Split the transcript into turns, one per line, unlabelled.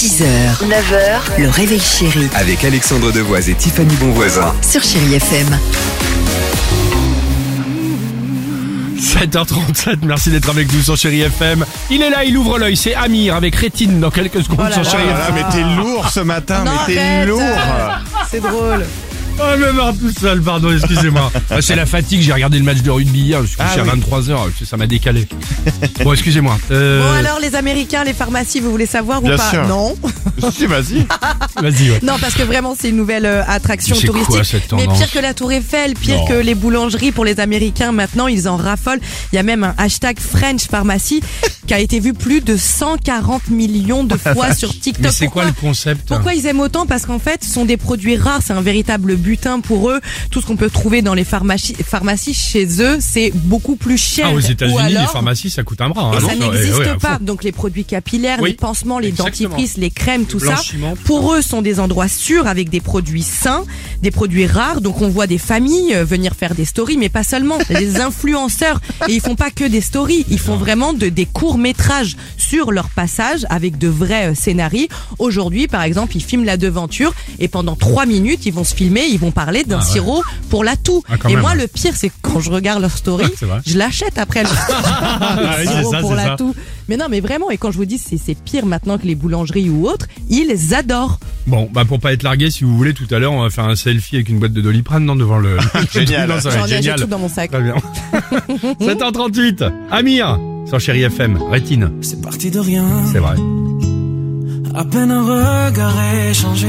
6h, 9h, le réveil chéri
Avec Alexandre Devoise et Tiffany Bonvoisin.
sur Chérie FM.
7h37, merci d'être avec nous sur Chéri FM. Il est là, il ouvre l'œil, c'est Amir avec Rétine dans quelques secondes
Oh
sur Chéri
Ah,
FM.
mais t'es lourd ce matin, mais t'es lourd.
Oh, mais marre tout seul, pardon, excusez-moi. Ah, c'est la fatigue, j'ai regardé le match de rugby hier, je suis couché
Ah oui.
à 23h, ça m'a décalé. Bon, excusez-moi. Euh,
Bon alors les Américains, les pharmacies, vous voulez savoir
Bien
ou pas
sûr.
Non.
Si, vas-y.
Vas-y, ouais.
Non parce que vraiment c'est une nouvelle euh, attraction
Mais c'est quoi,
touristique.
cette
mais
tendance
pire que la Tour Eiffel, pire
Non.
que les boulangeries pour les Américains maintenant, ils en raffolent. Il y a même un hashtag French Pharmacie qui a été vu plus de 140 millions de fois sur TikTok.
Mais c'est quoi
Pourquoi
le concept Ah,
pourquoi ils aiment autant Parce qu'en fait, ce sont des produits rares, c'est un véritable butin pour eux. Tout ce qu'on peut trouver dans les pharmacies, pharmacies chez eux, c'est beaucoup plus cher.
Ah, aux
Ou
États-Unis, les
alors-
pharmacies, ça coûte un bras. hein,
et
non
ça
Ouais,
n'existe
ouais, à
pas.
fond.
Donc les produits capillaires,
Oui,
les pansements, les
exactement.
dentifrices, les crèmes, tout ça,
Blanchiment.
pour eux sont des endroits sûrs avec des produits sains, des produits rares. Donc on voit des familles euh, venir faire des stories, mais pas seulement, les influenceurs. Et ils font pas que des stories, ils font vraiment de, des courts métrages sur leur passage avec de vrais euh, scénarii. Aujourd'hui, par exemple, ils filment la devanture et pendant trois minutes, ils vont se filmer, ils vont parler d'un sirop pour la toux.
Ah, quand
et
même,
moi,
ouais.
le pire, c'est que quand je regarde leur story,
C'est vrai.
je l'achète après. Le...
Ah, oui, c'est
Zéro
ça,
pour
c'est
la
ça.
toux. Mais non, mais vraiment, et quand je vous dis c'est c'est pire maintenant que les boulangeries ou autres, ils adorent.
Bon, bah pour pas être largué, si vous voulez, tout à l'heure, on va faire un selfie avec une boîte de doliprane non, devant le.
Génial.
Non, ça va être
J'en ai j'ai
génial.
tout dans mon sac.
Très bien. 7h38, Amir, sur Chéri FM, Rétine,
C'est parti de rien,
c'est vrai.
à peine un regard échangé.